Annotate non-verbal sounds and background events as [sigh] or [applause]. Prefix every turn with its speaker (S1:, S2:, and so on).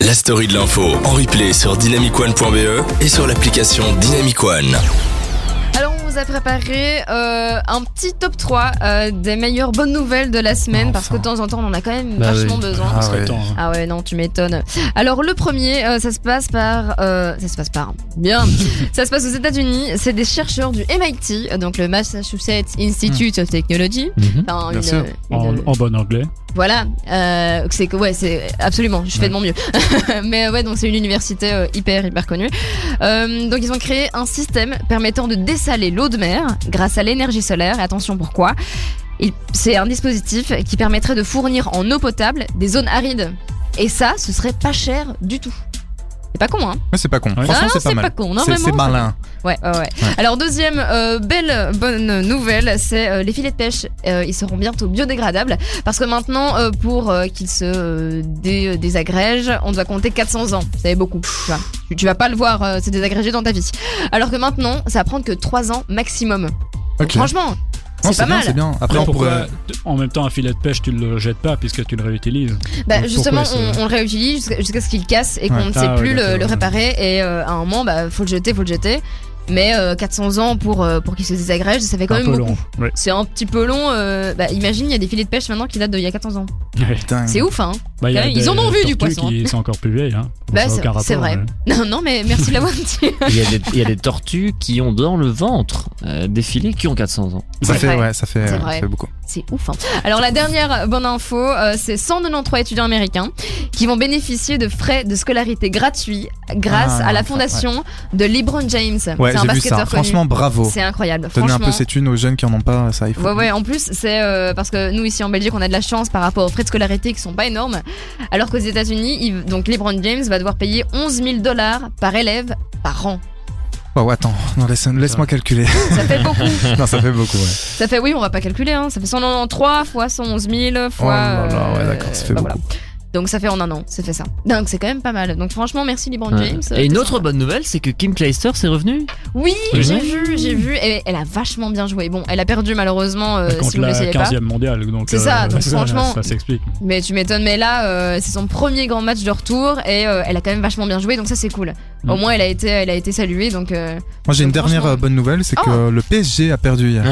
S1: la story de l'info en replay sur dynamicone.be E et sur l'application Dynamicone.
S2: Alors on vous a préparé euh, un petit top 3 euh, des meilleures bonnes nouvelles de la semaine
S3: Enfin.
S2: parce que de temps en temps on en a quand même
S3: Bah
S2: vachement
S3: oui.
S2: besoin.
S3: Ah
S2: Ah.
S3: ouais.
S4: hein.
S2: ouais non tu m'étonnes. Alors le premier euh, ça se passe par euh, ça se passe par
S3: [laughs]
S2: bien ça se passe aux États-Unis c'est des chercheurs du MIT euh, donc le Massachusetts Institute of Technology
S3: Mhm.
S2: Enfin,
S3: Bien
S2: une-
S3: sûr.
S2: une-
S4: En, en bon anglais.
S2: Voilà, euh, c'est que ouais, c'est absolument. Je fais de mon mieux, [laughs] mais euh, ouais, donc c'est une université euh, hyper hyper connue. Euh, donc ils ont créé un système permettant de dessaler l'eau de mer grâce à l'énergie solaire. Et attention pourquoi Il- C'est un dispositif qui permettrait de fournir en eau potable des zones arides. Et ça, ce serait pas cher du tout. C'est pas con, hein
S3: Mais c'est pas con.
S4: Ouais.
S2: Ah
S3: Franchement,
S2: non,
S3: c'est pas
S2: c'est
S3: mal.
S2: pas con. Non,
S3: C'est-
S2: vraiment,
S3: c'est malin.
S2: Ouais, ouais, ouais. Alors deuxième euh, belle bonne nouvelle, c'est euh, les filets de pêche. Euh, ils seront bientôt biodégradables parce que maintenant, euh, pour euh, qu'ils se euh, dé- désagrègent, on doit compter 400 ans. C'est beaucoup. Tu, vois. Tu- tu vas pas le voir euh, se désagréger dans ta vie. Alors que maintenant, ça va prendre que 3 ans maximum.
S3: Ok.
S2: Franchement, bah,
S3: Non,
S2: c'est pas
S3: bien,
S2: mal.
S3: C'est bien. Après,
S4: Après,
S3: on
S4: pourquoi,
S3: pourrait.
S4: t- en même temps, un filet de pêche, tu le jettes pas puisque tu le réutilises.
S2: Bah,
S4: Donc,
S2: justement,
S4: pourquoi
S2: on,
S4: ce-
S2: on le réutilise jusqu'à jusqu'à ce qu'il casse et qu'on
S3: Ouais.
S2: ne sait
S4: Ah, ouais,
S2: plus le,
S4: d'accord,
S2: le
S4: ouais.
S2: réparer. Et euh, à un moment, bah, faut le jeter, faut le jeter. Mais euh, 400 ans pour, euh, pour qu'il se désagrège, ça fait quand
S4: un
S2: même
S4: peu
S2: beaucoup.
S4: long. Ouais.
S2: C'est un petit peu long. euh, bah, imagine, il y a des filets de pêche maintenant qui datent d'il y a 14 ans.
S4: Ouais.
S3: Dingue.
S2: C'est ouf, hein [laughs]
S4: Bah, il y a
S2: Ouais, ils
S4: des
S2: en ont vu du
S4: tortues
S2: poisson.
S4: Qui sont encore plus vieilles. Hein. Bon,
S2: Bah,
S4: ça a
S2: c'est-
S4: aucun
S2: c'est
S4: rapport, hein.
S2: vrai.
S4: mais-
S2: Non, non, mais merci de l'avoir dit. [laughs]
S5: Il y, a des, il y a des tortues qui ont dans le ventre euh, des filets qui ont 400 ans.
S3: Ça
S2: C'est
S3: fait,
S2: vrai.
S3: ouais, ça fait,
S2: C'est
S3: euh,
S2: vrai.
S3: ça fait beaucoup.
S2: C'est ouf. hein. Alors la dernière bonne info, euh, c'est 193 étudiants américains qui vont bénéficier de frais de scolarité gratuits grâce
S3: Ah,
S2: à la
S3: enfin,
S2: fondation de LeBron James.
S3: Ouais,
S2: c'est un
S3: j'ai vu
S2: basketteur
S3: ça.
S2: connu.
S3: Franchement, bravo.
S2: c'est incroyable.
S3: Donner un
S2: Franchement.
S3: peu ces thunes aux jeunes qui en ont pas, ça, il faut.
S2: Ouais, ouais, en plus, c'est euh, parce que nous, ici en Belgique, on a de la chance par rapport aux frais de scolarité qui sont pas énormes. Alors qu'aux États-Unis, il- donc LeBron James va devoir payer 11 000 dollars par élève par an.
S3: Oh, attends, non, laisse- laisse-moi calculer. [laughs]
S2: Ça fait beaucoup.
S3: non, ça fait beaucoup, ouais.
S2: Ça fait, oui, on va pas calculer, hein. ça fait 193 fois 111 000 fois.
S3: Oh là là, ouais,
S2: euh,
S3: d'accord, ça fait
S2: bah, voilà.
S3: beaucoup.
S2: Donc ça fait en un an, ça fait ça. Donc c'est quand même pas mal. Donc franchement, merci LeBron James.
S5: Ouais. Et une autre bonne nouvelle, c'est que Kim Clijsters est revenue.
S2: Oui,
S4: Oui.
S2: j'ai vu, j'ai vu. Et elle a vachement bien joué. Bon, elle a perdu malheureusement, euh, si
S4: contre
S2: vous le
S4: la
S2: savez pas.
S4: 15e mondiale. donc, euh,
S2: C'est ça, donc
S4: [laughs] ça,
S2: franchement-
S4: Ça s'explique.
S2: Mais tu m'étonnes. Mais là, euh, c'est son premier grand match de retour et euh, elle a quand même vachement bien joué. Donc ça c'est cool. Au
S4: Mm.
S2: moins, elle a été, elle a été saluée. Donc euh,
S3: Moi, j'ai une
S2: Donc,
S3: dernière
S2: franchement-
S3: euh, bonne nouvelle, c'est
S2: Oh. [laughs]
S3: que le PSG a perdu hier.